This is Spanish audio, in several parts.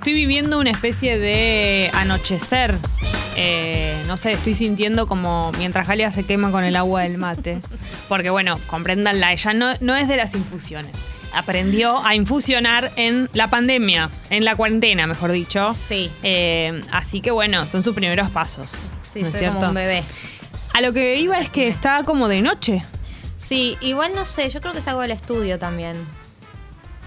estoy viviendo una especie de anochecer. Eh, no sé, estoy sintiendo como mientras Galia se quema con el agua del mate. Porque bueno, compréndanla, ella no, no es de las infusiones. Aprendió a infusionar en la pandemia, en la cuarentena, mejor dicho. Sí. Eh, así que bueno, son sus primeros pasos. Sí, ¿no es soy cierto? como un bebé. A lo que iba es que está como de noche. Sí, igual no sé, yo creo que es algo del estudio también.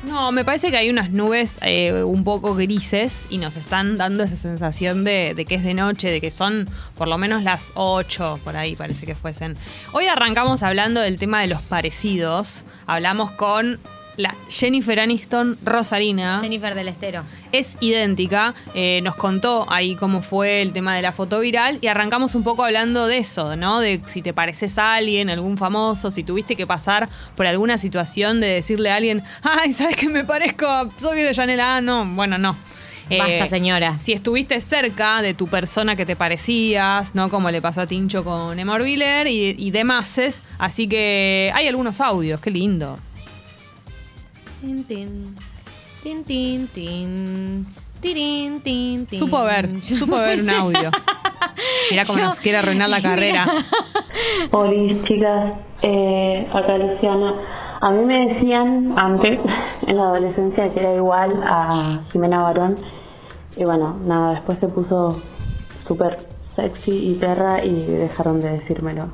No, me parece que hay unas nubes eh, un poco grises y nos están dando esa sensación de, de que es de noche, de que son por lo menos las 8, por ahí parece que fuesen. Hoy arrancamos hablando del tema de los parecidos. Hablamos con la Jennifer Aniston Rosarina. Jennifer del Estero. es idéntica, eh, nos contó ahí cómo fue el tema de la foto viral y arrancamos un poco hablando de eso, ¿no? De si te pareces a alguien, algún famoso, si tuviste que pasar por alguna situación de decirle a alguien, ay, ¿sabes que me parezco? a- Soy de Janela, ah, no, bueno, no. Eh, Basta, señora. Si estuviste cerca de tu persona que te parecías, ¿no? Como le pasó a Tincho con Emma Orviller y, y demás. Así que hay algunos audios, qué lindo. Tin, tin. Tin, tin, tin. Tirin, tin, tin. Supo ver, supo ver un audio. Mirá cómo Yo- nos quiere arruinar la carrera. Polis, chicas, eh, acá Luciana. A mí me decían antes, en la adolescencia, que era igual a Jimena Barón. Y bueno, nada, después se puso súper sexy y perra y dejaron de decírmelo.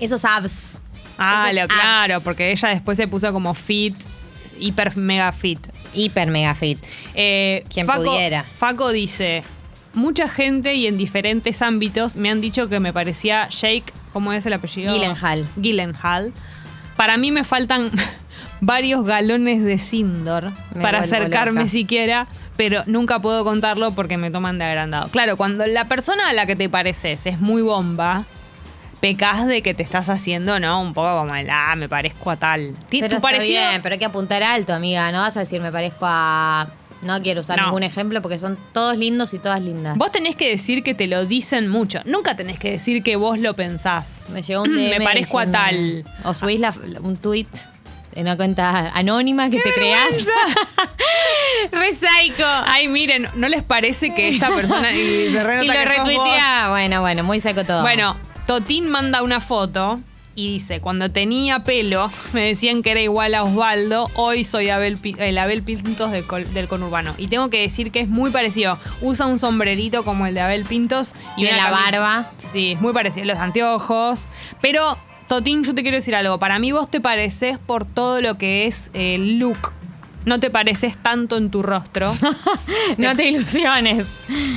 Esos abs. Ah, Esos lo- claro, abs. porque ella después se puso como fit, hiper mega fit. Hiper mega fit. Eh, Quien Faco, pudiera. Faco dice, mucha gente y en diferentes ámbitos me han dicho que me parecía Jake, ¿cómo es el apellido? Gyllenhaal. Gyllenhaal. Para mí me faltan varios galones de Sindor Me para vuelvo acercarme loca. siquiera, pero nunca puedo contarlo porque me toman de agrandado. Claro, cuando la persona a la que te pareces es muy bomba, pecas de que te estás haciendo, ¿no? Un poco como el, ah, me parezco a tal. Ti- Pero tu está parecido- bien, pero hay que apuntar alto, amiga. No vas a decir, me parezco a. No quiero usar No. ningún ejemplo porque son todos lindos y todas lindas. Vos tenés que decir que te lo dicen mucho. Nunca tenés que decir que vos lo pensás. Me llegó un DM Me parezco a diciendo- tal. O subís la- un tweet en una cuenta anónima que te creas. Re psycho. Ay, miren, ¿no les parece que esta persona y se y renota lo que sos vos? retuitea. Bueno, bueno, muy psycho todo. Bueno, Totín manda una foto y dice, cuando tenía pelo me decían que era igual a Osvaldo, hoy soy Abel Pi- el Abel Pintos de Col- del conurbano. Y tengo que decir que es muy parecido. Usa un sombrerito como el de Abel Pintos y Tiene una la cami- barba. Sí, muy parecido. Los anteojos. Pero, Totín, yo te quiero decir algo. Para mí vos te pareces por todo lo que es el look. No te pareces tanto en tu rostro. No te ilusiones.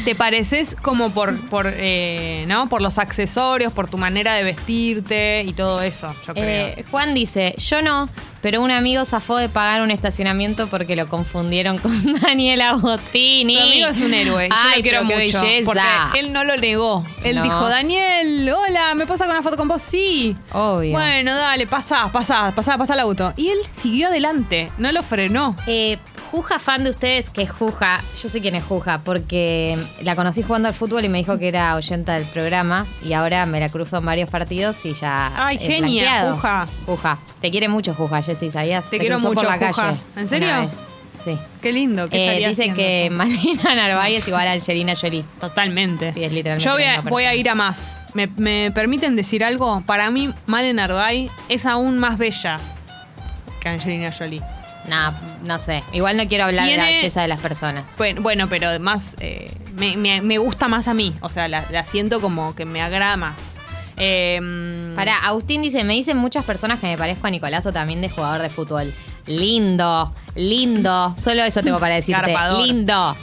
te pareces como por, por, eh, ¿no? por los accesorios, por tu manera de vestirte y todo eso, yo creo. Eh, Juan dice, yo no, pero un amigo zafó de pagar un estacionamiento porque lo confundieron con Daniela Botini. tu amigo es un héroe. Yo Ay, lo quiero pero qué mucho. belleza. Porque él no lo negó. Él No. dijo, Daniel, hola, ¿me pasa con una foto con vos? Sí. Obvio. Bueno, dale, pasá, pasá, pasá, pasá el auto. Y él siguió adelante, no lo frenó. Eh, Juja, fan de ustedes, que es Juja, yo sé quién es Juja, porque la conocí jugando al fútbol y me dijo que era oyenta del programa y ahora me la cruzo en varios partidos y ya. Ay, es genia, eh, blanqueado. Juja. Juja, te quiere mucho Juja, Jessy, ¿sabías? Te quiero cruzó mucho, por la Juja. calle. ¿En serio? una vez. Sí. Qué lindo, qué Eh, estaría dice haciendo que eso. Malena Narváez es igual a Angelina Jolie. Totalmente. Sí, es literalmente Yo voy la a, misma voy a persona. ir a más. ¿Me, me permiten decir algo? Para mí, Malen Arday es aún más bella que Angelina Jolie. Nah, no sé. Igual no quiero hablar de la Tiene- belleza de las personas. Bueno, bueno, pero más. eh, me, me- me gusta más a mí. O sea, la, la siento como que me agrada más. Eh, Pará, Agustín dice, me dicen muchas personas que me parezco a Nicolazo también de jugador de fútbol. Lindo, lindo. Solo eso tengo para decirte. Garpador. Lindo.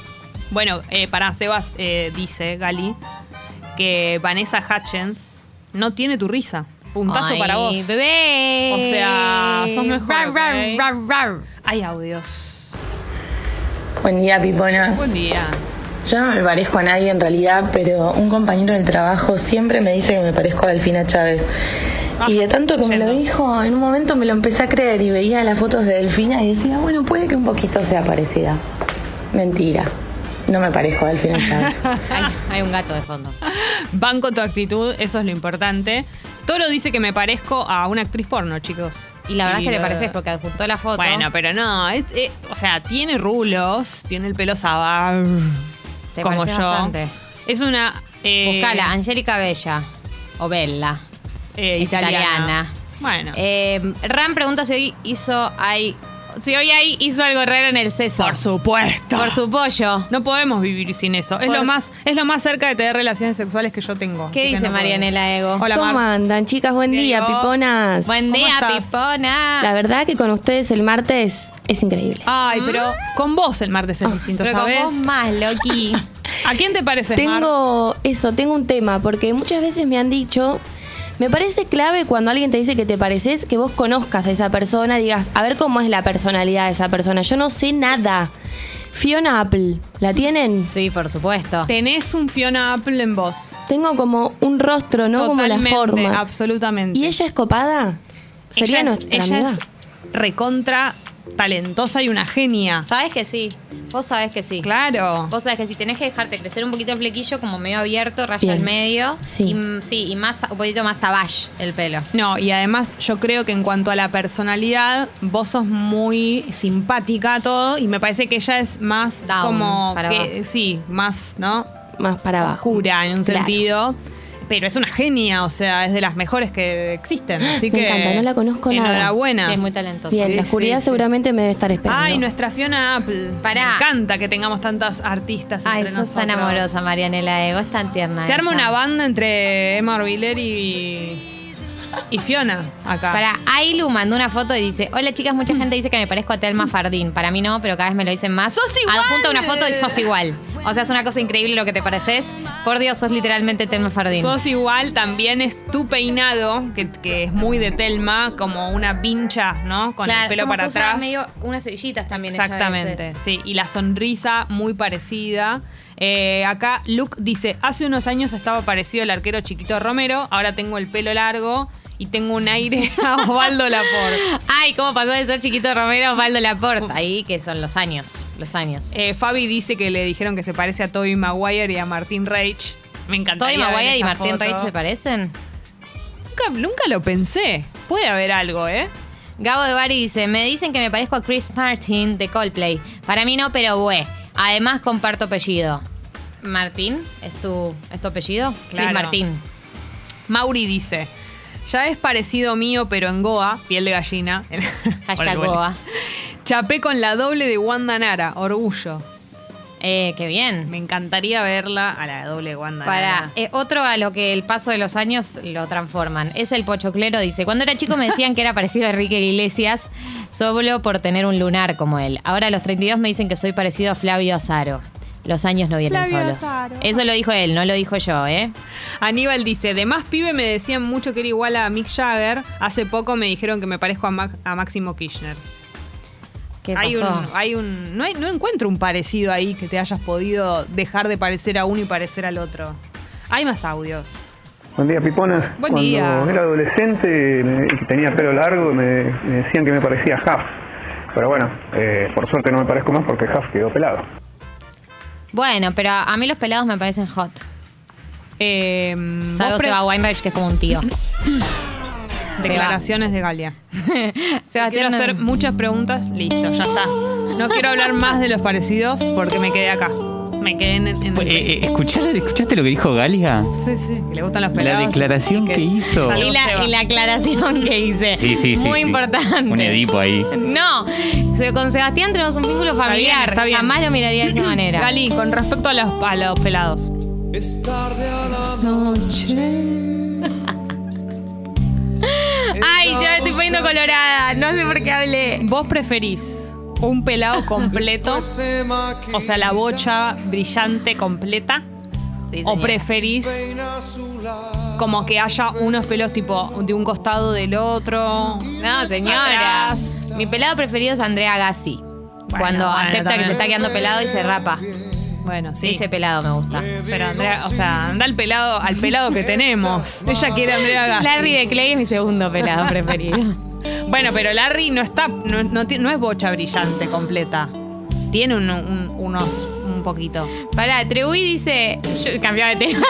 Bueno, eh, para Sebas eh, dice, Gali, que Vanessa Hutchins no tiene tu risa. Puntazo Ay, para vos. Bebé. O sea, sos mejor, Rar, rar, ok. rar, rar. Hay audios. Buen día, Pipona. Buen día. Yo no me parezco a nadie en realidad, pero un compañero del trabajo siempre me dice que me parezco a Delfina Chávez. Ah, y de tanto que me lo yendo. dijo, en un momento me lo empecé a creer y veía las fotos de Delfina y decía, bueno, puede que un poquito sea parecida. Mentira. No me parezco a Delfina Chávez. Ay, hay un gato de fondo. Banco tu actitud, eso es lo importante. Toro dice que me parezco a una actriz porno, chicos. Y la verdad es que le lo- pareces porque adjuntó la foto. Bueno, pero no. es- eh, o sea, tiene rulos, tiene el pelo sabar. Te como pareces yo. bastante. Es una. eh, Buscala, Angélica Bella. O Bella. eh, es italiana. italiana. Bueno. Eh, Ram pregunta si hoy hizo ahí. Si hoy ahí hizo algo raro en el seso. por supuesto. Por su pollo. no podemos vivir sin eso. Es Por lo, su- más, es lo más cerca de tener relaciones sexuales que yo tengo. ¿Qué así que dice no puedo. Marianela Ego? Hola, ¿Cómo Mar. andan, chicas? Buen Bien, ¿y día, vos? piponas. Buen ¿Cómo día, estás? Pipona. La verdad que con ustedes el martes es increíble. Ay, pero con vos el martes Oh, es distinto, Pero con ¿sabes? vos más, Loki. ¿A quién te parece Tengo eso, tengo un tema, porque muchas veces me han dicho, me parece clave cuando alguien te dice que te pareces, que vos conozcas a esa persona, digas, a ver cómo es la personalidad de esa persona. Yo no sé nada. Fiona Apple, ¿la tienen? sí, por supuesto. Tenés un Fiona Apple en vos. Tengo como un rostro, no Totalmente, como la forma. Absolutamente. ¿Y ella es copada? Sería Ella es- nuestra ella amiga. es recontra talentosa y una genia. Sabes que sí. Vos sabés que sí. Claro. Vos sabés que si tenés que dejarte crecer un poquito el flequillo, como medio abierto, rayo Bien. al medio. Sí. Y, mm, sí, y más, un poquito más abash el pelo. No, y además yo creo que en cuanto a la personalidad, vos sos muy simpática a todo y me parece que ella es más Down, como para que- abajo. sí, más, ¿no? Más para abajo. Oscura en un Claro. sentido. Pero es una genia, o sea, es de las mejores que existen. Así Ah, Me que encanta, no la conozco nada. Enhorabuena. Sí, es muy talentoso. Bien, la Sí, oscuridad sí, sí. seguramente me debe estar esperando. Ay, nuestra Fiona Apple. Pará. Me encanta que tengamos tantas artistas Ay, entre sos tan nosotros. amorosa, Marianela Ego. Es tan tierna. Se arma ella. una banda entre Emma Orviller y, y Fiona acá. Para Ailu mandó una foto y dice, hola chicas, mucha gente dice que me parezco a Telma Fardín. Para mí no, pero cada vez me lo dicen más. ¡Sos igual! Adjunta una foto y sos igual. O sea, es una cosa increíble lo que te pareces. Por Dios, sos literalmente Telma Fardín. Sos igual, también es tu peinado, que, que es muy de Telma, como una pincha, ¿no? Con Claro, el pelo como para que usaba atrás. medio unas cebillitas también. ella a Exactamente, veces. sí. Y la sonrisa muy parecida. Eh, acá Luke dice, hace unos años estaba parecido el arquero Chiquito Romero, ahora tengo el pelo largo y tengo un aire a Osvaldo Laporte. Ay, cómo pasó de ser chiquito Romero a Osvaldo Laporta. Ahí que son los años, los años. Eh, Fabi dice que le dijeron que se parece a Toby Maguire y a Martín Reich. Me encantaría Tony ver Maguire y esa Martín foto. Reich se parecen. Nunca, nunca lo pensé. Puede haber algo, ¿eh? Gabo de Bari dice, me dicen que me parezco a Chris Martin de Coldplay. Para mí no, pero güey. Además comparto apellido. Martín, ¿es tu, es tu apellido? Claro. Chris Martín. Mauri dice, ya es parecido mío, pero en Goa, piel de gallina. Hashtag Bueno, Boa. Chapé con la doble de Wanda Nara, orgullo. Eh, qué bien. Me encantaría verla a la doble de Wanda Para Nara. eh, otro a lo que el paso de los años lo transforman. Es el pochoclero, dice. Cuando era chico me decían que era parecido a Enrique Iglesias, solo por tener un lunar como él. Ahora a los 32 me dicen que soy parecido a Flavio Azaro. Los años no vienen Flavio solos. Azaro. Eso lo dijo él, no lo dijo yo, ¿eh? Aníbal dice, de más pibe me decían mucho que era igual a Mick Jagger. Hace poco me dijeron que me parezco a, Mac- a Máximo Kirchner. ¿Qué Hay un, pasó? hay un, no, hay- no encuentro un parecido ahí que te hayas podido dejar de parecer a uno y parecer al otro. Hay más audios. Buen día, Piponas. Buen Cuando día. era adolescente me- y tenía pelo largo, me, me decían que me parecía a Huff. Pero bueno, eh, por suerte no me parezco más porque Huff quedó pelado. Bueno, pero a mí los pelados me parecen hot. Eh, vos Salvo pre- Seba Weinreich, que es como un tío. declaraciones de Galia. Quiero Sebastián. no- hacer muchas preguntas. Listo, ya está. No quiero hablar más de los parecidos porque me quedé acá. Me quedé en, en- Pues, eh, eh, ¿escuchaste, escuchaste lo que dijo Galia? Sí, sí, que le gustan los pelados. La declaración Y que hizo. Salud, Y la, Seba. y la aclaración que hice. Sí, sí, sí. Muy sí. importante. Un Edipo ahí. No, se- con Sebastián tenemos un vínculo familiar. bien, está bien. Jamás lo miraría de esa manera. Gali, con respecto a los, a los pelados. Ay, yo me estoy poniendo colorada. No sé por qué hablé. ¿Vos preferís un pelado completo? o sea, la bocha brillante completa. Sí, ¿O señora. preferís como que haya unos pelos tipo de un costado del otro? No, señora. Atrás. Mi pelado preferido es Andrea Gassi. cuando bueno, acepta que también. se está quedando pelado y se rapa. Bueno, sí. Ese pelado me gusta. Pero Andrea, o sea, anda al pelado, al pelado que tenemos. Ella quiere a Andrea Gassi. Larry de Clay es mi segundo pelado preferido. Bueno, pero Larry no está, no, no ti- no es bocha brillante completa. Tiene un- un- unos un poquito. Pará, Treuy dice. Yo, cambiaba de tema.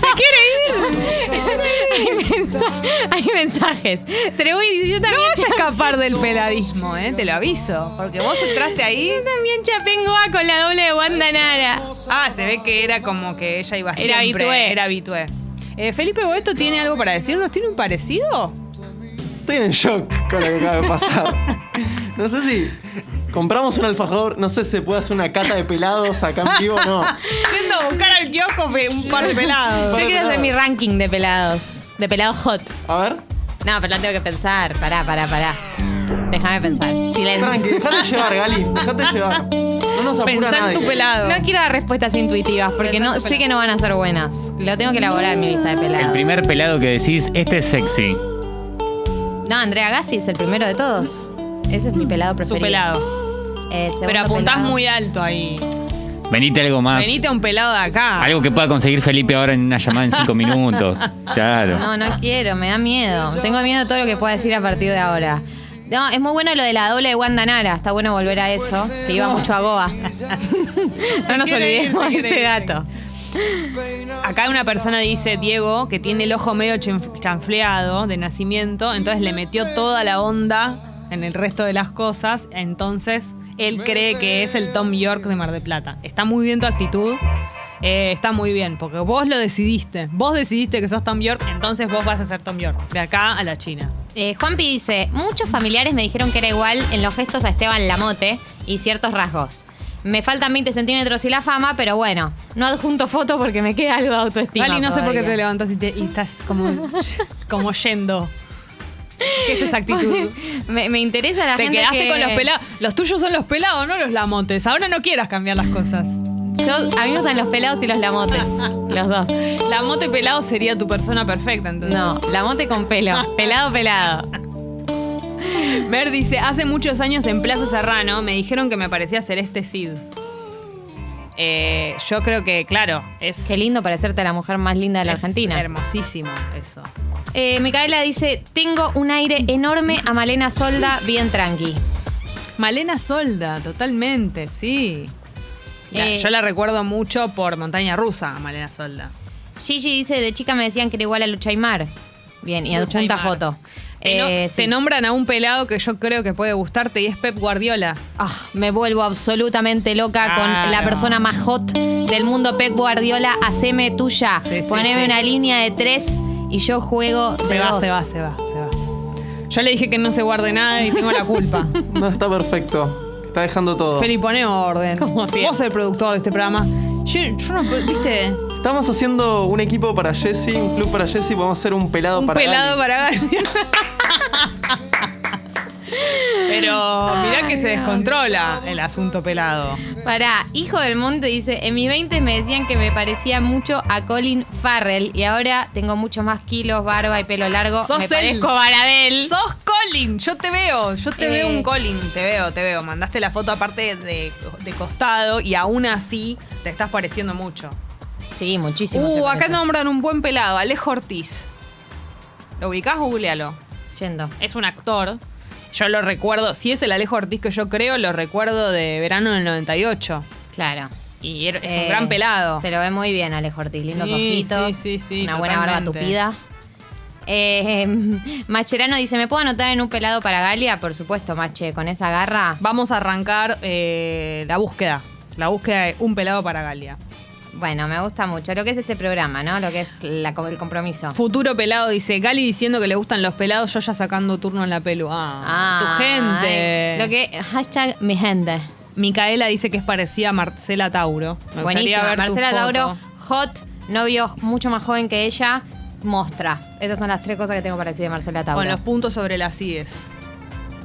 ¡Se quiere ir! hay, mensa- hay mensajes. Treuy dice: Yo también, Vas a cha- escapar del peladismo, ¿eh? Te lo aviso. Porque vos entraste ahí. yo también chapengoa con la doble de Wanda Nara. Ah, se ve que era como que ella iba Era siempre. habitué. Era habitué. Eh, Felipe Boeto tiene algo para decirnos. ¿Tiene un parecido? Estoy en shock con lo que acaba de pasar. No sé si compramos un alfajor, no sé si se puede hacer una cata de pelados acá en vivo o no. Yendo a buscar al kiosco pe- un par de Yo pelados. quiero hacer pelado. mi ranking de pelados. De pelados hot. A ver. No, pero la tengo que pensar. Pará, pará, pará. Déjame pensar. Tranqui, Silencio. dejate llevar, Gali, dejate llevar. No nos apura Pensá nadie. en tu pelado. No quiero dar respuestas intuitivas porque no, sé que no van a ser buenas. Lo tengo que elaborar mi lista de pelados. El primer pelado que decís, este es sexy. No, Andrea Gassi es el primero de todos. Ese es mi pelado Su preferido. pelado. Eh, segundo Pero apuntás pelado. muy alto ahí. Venite algo más. Venite a un pelado de acá. Algo que pueda conseguir Felipe ahora en una llamada en cinco minutos. Claro. No, no quiero, me da miedo. Tengo miedo de todo lo que pueda decir a partir de ahora. No, es muy bueno lo de la doble de Wanda Nara. Está bueno volver a eso, que iba mucho a Goa. No nos quiere ir, olvidemos se de quiere ese ir. dato. Acá una persona dice, Diego, que tiene el ojo medio chinf- chanfleado de nacimiento, entonces le metió toda la onda en el resto de las cosas, entonces él cree que es el Tom York de Mar de Plata. Está muy bien tu actitud, eh, está muy bien, porque vos lo decidiste, vos decidiste que sos Tom York, entonces vos vas a ser Tom York, de acá a la China. Eh, Juanpi dice, muchos familiares me dijeron que era igual en los gestos a Esteban Lamote y ciertos rasgos. Me faltan 20 centímetros y la fama, pero bueno, no adjunto foto porque me queda algo de autoestima. Gali, no sé por qué te todavía. levantas y, te- y estás como, como yendo. ¿Qué es esa actitud? me, me interesa la Te gente quedaste que- con los pelados. Los tuyos son los pelados, no los lamotes. Ahora no quieras cambiar las cosas. Yo, a mí me gustan los pelados y los lamotes. Los dos. Lamote pelado sería tu persona perfecta, entonces. No, lamote con pelo. Pelado, pelado. Mer dice, hace muchos años en Plaza Serrano me dijeron que me parecía Celeste Cid. Eh, yo creo que, claro, es... Qué lindo parecerte a la mujer más linda de la es Argentina. hermosísimo eso. Eh, Micaela dice, tengo un aire enorme a Malena Solda, bien tranqui. Malena Solda, totalmente, sí. La- Eh. yo la recuerdo mucho por Montaña Rusa, a Malena Solda. Gigi dice, de chica me decían que era igual a Lucha Aymar. Bien, y Lucha adjunta Aymar. foto. Te, no- Eh, te sí. nombran a un pelado que yo creo que puede gustarte y es Pep Guardiola. Ah, me vuelvo absolutamente loca con Claro. la persona más hot del mundo, Pep Guardiola. Haceme tuya. Sí, sí, Poneme sí. una línea de tres y yo juego Se de va, dos. se va, se va, se va. Yo le dije que no se guarde nada y tengo la culpa. No, está perfecto. Está dejando todo. Feli, poné orden. Vos sos el productor de este programa. Yo, yo no, puedo- ¿viste? Estamos haciendo un equipo para Jesse, un club para Jesse, podemos hacer un pelado Un para pelado Gali. para Gali. Pero mirá que se descontrola el asunto pelado. Pará, Hijo del Monte dice, en mis 20 me decían que me parecía mucho a Colin Farrell y ahora tengo mucho más kilos, barba y pelo largo. Sos me él. parezco a Baradel. Sos Colin, yo te veo, yo te Eh. veo un Colin, te veo, te veo. Mandaste la foto aparte de, de costado y aún así te estás pareciendo mucho. Sí, muchísimo. se Uh, acá parece. nombran un buen pelado, Alejo Ortiz. ¿Lo ubicás? Googlealo. Yendo. Es un actor. Yo lo recuerdo, si es el Alejo Ortiz que yo creo, lo recuerdo de verano del 98. Claro. Y era- es Eh, un gran pelado. Se lo ve muy bien, Alejo Ortiz. Lindos Sí, ojitos. sí, sí, sí, una buena barba totalmente. tupida. Eh, Macherano dice: ¿Me puedo anotar en un pelado para Galia? Por supuesto, Mache, con esa garra. Vamos a arrancar eh, la búsqueda. La búsqueda de un pelado para Galia. Bueno, me gusta mucho lo que es este programa, ¿no? Lo que es la, el compromiso. Futuro pelado dice, Gali diciendo que le gustan los pelados, yo ya sacando turno en la pelu. Ah, tu gente. ay, Lo que. Hashtag mi gente. Micaela dice que es parecida a Marcela Tauro. Me gustaría Buenísima. ver tu Marcela foto. Tauro, hot, novio mucho más joven que ella, mostra. Esas son las tres cosas que tengo para decir de Marcela Tauro. Con los puntos sobre las IES.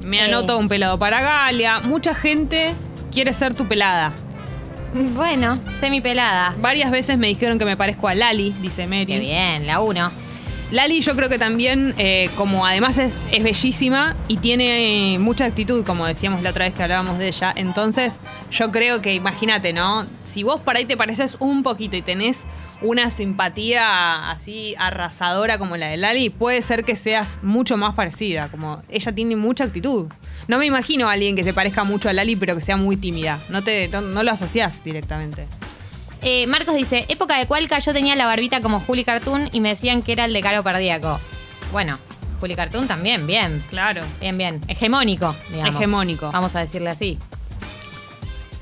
Me Eh. anoto un pelado para Galia. Mucha gente quiere ser tu pelada. Bueno, semipelada. Varias veces me dijeron que me parezco a Lali, dice Mary. Qué bien, la uno. Lali yo creo que también, eh, como además es, es bellísima y tiene eh, mucha actitud, como decíamos la otra vez que hablábamos de ella, entonces yo creo que imagínate, ¿no? Si vos por ahí te pareces un poquito y tenés una simpatía así arrasadora como la de Lali, puede ser que seas mucho más parecida, como ella tiene mucha actitud. No me imagino a alguien que se parezca mucho a Lali pero que sea muy tímida, no, te, no, no lo asociás directamente. Eh, Marcos dice, época de Cualca yo tenía la barbita como Juli Cartoon y me decían que era el de Caro Cardíaco. Bueno, Juli Cartoon también, bien. Claro. Bien, bien. Hegemónico, digamos. Hegemónico. Vamos a decirle así.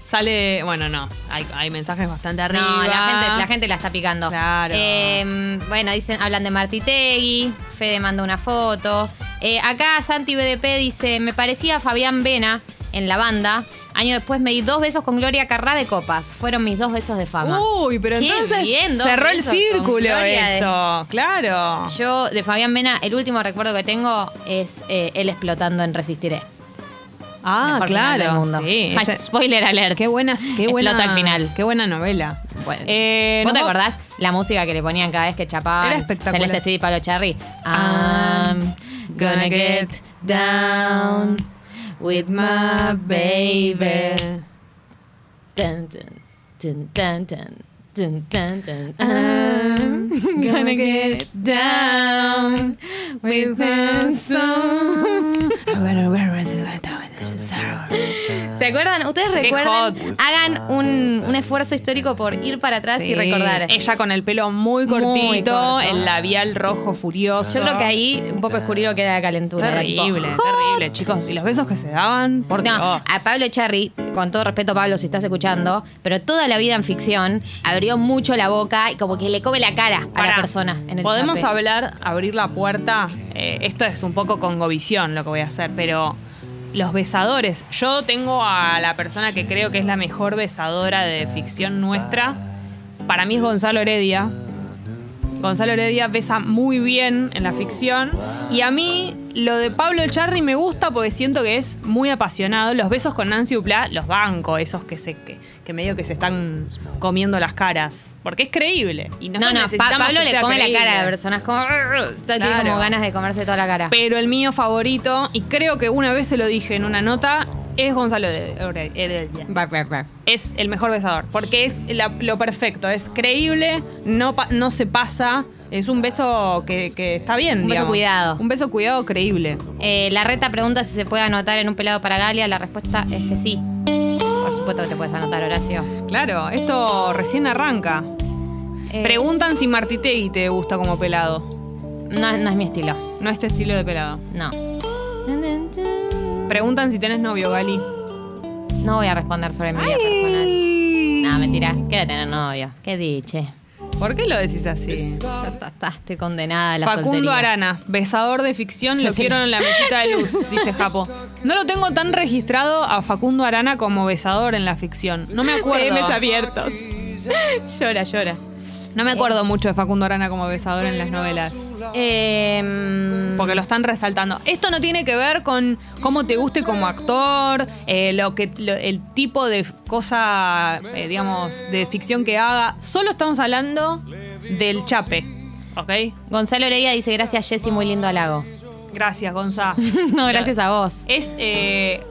Sale, bueno, no, hay, hay mensajes bastante arriba. No, la gente, la gente la está picando. Claro. Eh, bueno, dicen, hablan de Martitegui, Fede manda una foto. Eh, acá Santi BDP dice, me parecía a Fabián Vena en la banda. Año después me di dos besos con Gloria Carrá de copas. Fueron mis dos besos de fama. Uy, pero Qué entonces bien, dos cerró el besos con círculo Gloria de- eso, claro. Yo, de Fabián Vena, el último recuerdo que tengo es eh, él explotando en Resistiré. Ah, Mejor final del claro, mundo. sí. Hashtag Ese- Spoiler alert. qué buena, qué buena Explota al final. Qué buena novela. Bueno. Eh, ¿Vos no- te acordás la música que le ponían cada vez que chapaban? Era espectacular. Celeste Cid y Pablo Cherry. I'm I'm gonna get down with my baby. Dun, dun, dun, dun, dun, dun, dun, dun. I'm gonna get down with my song. ¿Se acuerdan? ¿Ustedes recuerdan? hot. Hagan un, un esfuerzo histórico por ir para atrás Sí. y recordar. Ella con el pelo muy cortito, corto. el labial rojo furioso. Yo creo que ahí un poco oscuro queda la calentura. era tipo, ¡oh! Terrible, terrible, chicos. Y los besos que se daban, por No, Dios. a Pablo Cherry, con todo respeto, Pablo, si estás escuchando, pero toda la vida en ficción abrió mucho la boca y como que le come la cara a Pará. la persona en el Podemos chape. hablar, abrir la puerta. Eh, esto es un poco congovisión lo que voy a hacer, pero los besadores. Yo tengo a la persona que creo que es la mejor besadora de ficción nuestra. Para mí es Gonzalo Heredia. Gonzalo Heredia besa muy bien en la ficción. Y a mí lo de Pablo Charri me gusta porque siento que es muy apasionado. Los besos con Nancy Uplá los banco, esos que se que, que medio que se están comiendo las caras. Porque es creíble. Y nosotros No, no, Pa- necesitamos Pablo que le sea come la creíble. cara a la persona. Es como. Tiene Claro. como ganas de comerse toda la cara. Pero el mío favorito, y creo que una vez se lo dije en una nota, es Gonzalo de- Ore- Heredia. Bah, bah, bah. Es el mejor besador, porque es la- lo perfecto, es creíble, no, pa- no se pasa, es un beso que, que está bien. Un beso digamos. cuidado. Un beso cuidado creíble. Eh, la reta pregunta si se puede anotar en un pelado para Galia. La respuesta es que sí. Por supuesto que te puedes anotar, Horacio. Claro, esto recién arranca. Eh, Preguntan si Martitegui te gusta como pelado. No, no es mi estilo. No este estilo de pelado. No. Preguntan si tenés novio, Gali. No voy a responder sobre mi vida personal. No, mentira. ¿Qué de tener novio? ¿Qué diche? ¿Por qué lo decís así? Ya está, está, estoy condenada a la Facundo soltería. Arana, besador de ficción, lo Sí. quiero en la mesita de luz, dice Japo. No lo tengo tan registrado a Facundo Arana como besador en la ficción. No me acuerdo. DMs abiertos. Llora, llora. No me acuerdo mucho de Facundo Arana como besador en las novelas, Eh, porque lo están resaltando. Esto no tiene que ver con cómo te guste como actor, eh, lo que lo- el tipo de cosa, eh, digamos, de ficción que haga. Solo estamos hablando del chape, ¿ok? Gonzalo Heredia dice, gracias Jessy, muy lindo halago. Gracias, Gonza. no, gracias a vos. Es eh,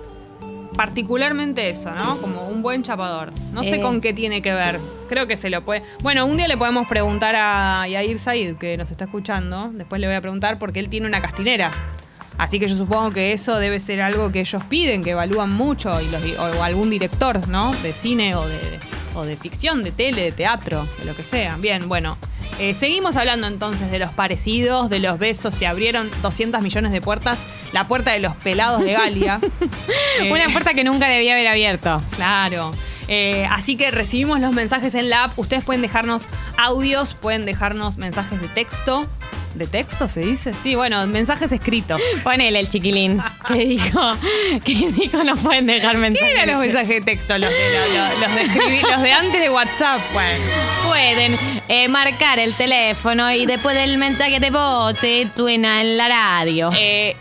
particularmente eso, ¿no? Como un buen chapador. No sé Eh. con qué tiene que ver. Creo que se lo puede. Bueno, un día le podemos preguntar a Yair Said, que nos está escuchando. Después le voy a preguntar porque él tiene una castinera. Así que yo supongo que eso debe ser algo que ellos piden, que evalúan mucho, y los di- o algún director, ¿no? De cine o de, o de ficción, de tele, de teatro, de lo que sea. Bien, bueno. Eh, seguimos hablando entonces de los parecidos, de los besos. Se abrieron 200 millones de puertas. La puerta de los pelados de Galia. Eh, Una puerta que nunca debía haber abierto. Claro. Eh, así que recibimos los mensajes en la app. Ustedes pueden dejarnos audios, pueden dejarnos mensajes de texto. ¿De texto se dice? Sí, bueno, mensajes escritos. Ponele el chiquilín que dijo, que dijo no pueden dejar ¿Qué mensajes. eran los mensajes de texto? Los, de- lo- lo- los de, escribir- los de antes de WhatsApp. Bueno. Pueden eh, marcar el teléfono y después del mensaje de voz se suena en la radio. Eh,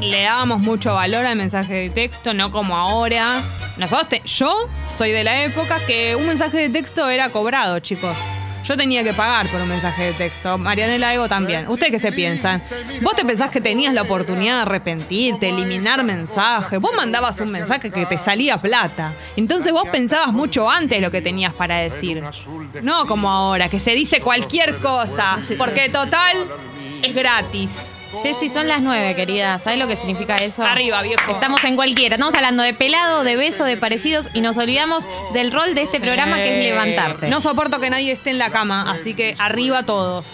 le dábamos mucho valor al mensaje de texto, no como ahora. Nosotros te- yo soy de la época que un mensaje de texto era cobrado, chicos. Yo tenía que pagar por un mensaje de texto. Marianela Ego también. ¿Ustedes qué se piensan? ¿Vos te pensás que tenías la oportunidad de arrepentirte, eliminar mensajes? Vos mandabas un mensaje que te salía plata. Entonces vos pensabas mucho antes lo que tenías para decir. No como ahora, que se dice cualquier cosa. Porque total, es gratis. Jessy, son las nueve, querida. ¿Sabes lo que significa eso? Arriba, viejo. Estamos en cualquiera. Estamos hablando de pelado, de beso, de parecidos y nos olvidamos del rol de este programa que es levantarte. No soporto que nadie esté en la cama, así que arriba todos.